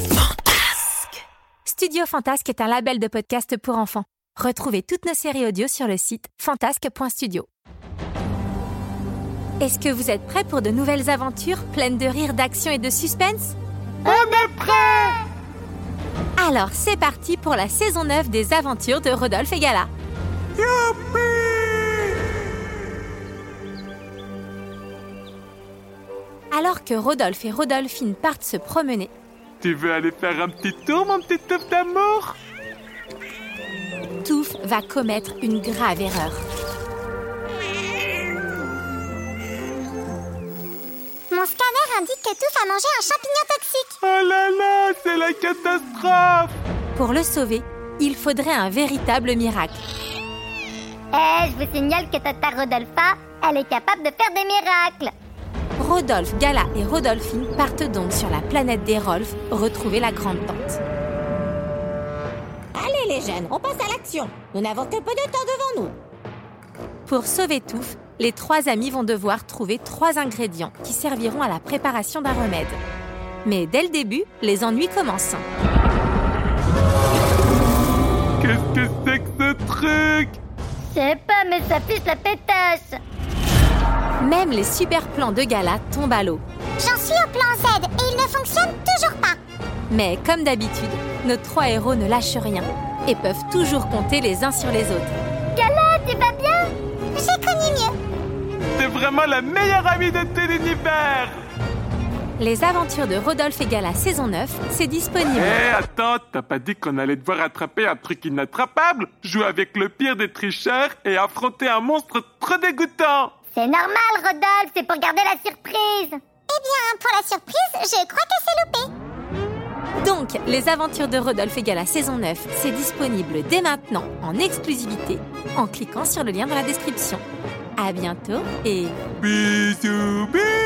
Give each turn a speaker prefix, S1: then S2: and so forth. S1: Fantasque. Studio Fantasque est un label de podcast pour enfants. Retrouvez toutes nos séries audio sur le site fantasque.studio. Est-ce que vous êtes prêts pour de nouvelles aventures pleines de rire, d'action et de suspense
S2: On est prêts
S1: Alors c'est parti pour la saison 9 des aventures de Rodolphe et Gala. Alors que Rodolphe et Rodolphine partent se promener,
S3: Tu veux aller faire un petit tour, mon petit œuf d'amour
S1: Touffe va commettre une grave erreur.
S4: Mon scanner indique que Touffe a mangé un champignon toxique.
S3: Oh là là, c'est la catastrophe
S1: Pour le sauver, il faudrait un véritable miracle.
S4: Eh, je vous signale que Tata Rodolpha, elle est capable de faire des miracles.
S1: Rodolphe, Gala et Rodolphine partent donc sur la planète des Rolfs retrouver la grande tante.
S5: Allez les jeunes, on passe à l'action. Nous n'avons que peu de temps devant nous.
S1: Pour sauver Touffe, les trois amis vont devoir trouver trois ingrédients qui serviront à la préparation d'un remède. Mais dès le début, les ennuis commencent.
S3: Qu'est-ce que c'est que ce truc
S4: Je sais pas, mais ça pisse la pétasse.
S1: Même les super plans de Gala tombent à l'eau.
S4: J'en suis au plan Z et il ne fonctionne toujours pas.
S1: Mais comme d'habitude, nos trois héros ne lâchent rien et peuvent toujours compter les uns sur les autres.
S4: Gala, tu vas bien J'ai connu mieux.
S3: T'es vraiment la meilleure amie de tout l'univers
S1: Les aventures de Rodolphe et Gala saison 9, c'est
S3: Hé,
S1: disponible.
S3: Eh, attends, t'as pas dit qu'on allait devoir attraper un truc inattrapable Jouer avec le pire des tricheurs et affronter un monstre trop dégoûtant
S4: C'est normal, Rodolphe, c'est pour garder la surprise. Eh bien, pour la surprise, je crois que c'est loupé.
S1: Donc, les aventures de Rodolphe et Gala saison 9, c'est disponible dès maintenant en exclusivité en cliquant sur le lien dans la description. À bientôt et
S3: Bisous, bisous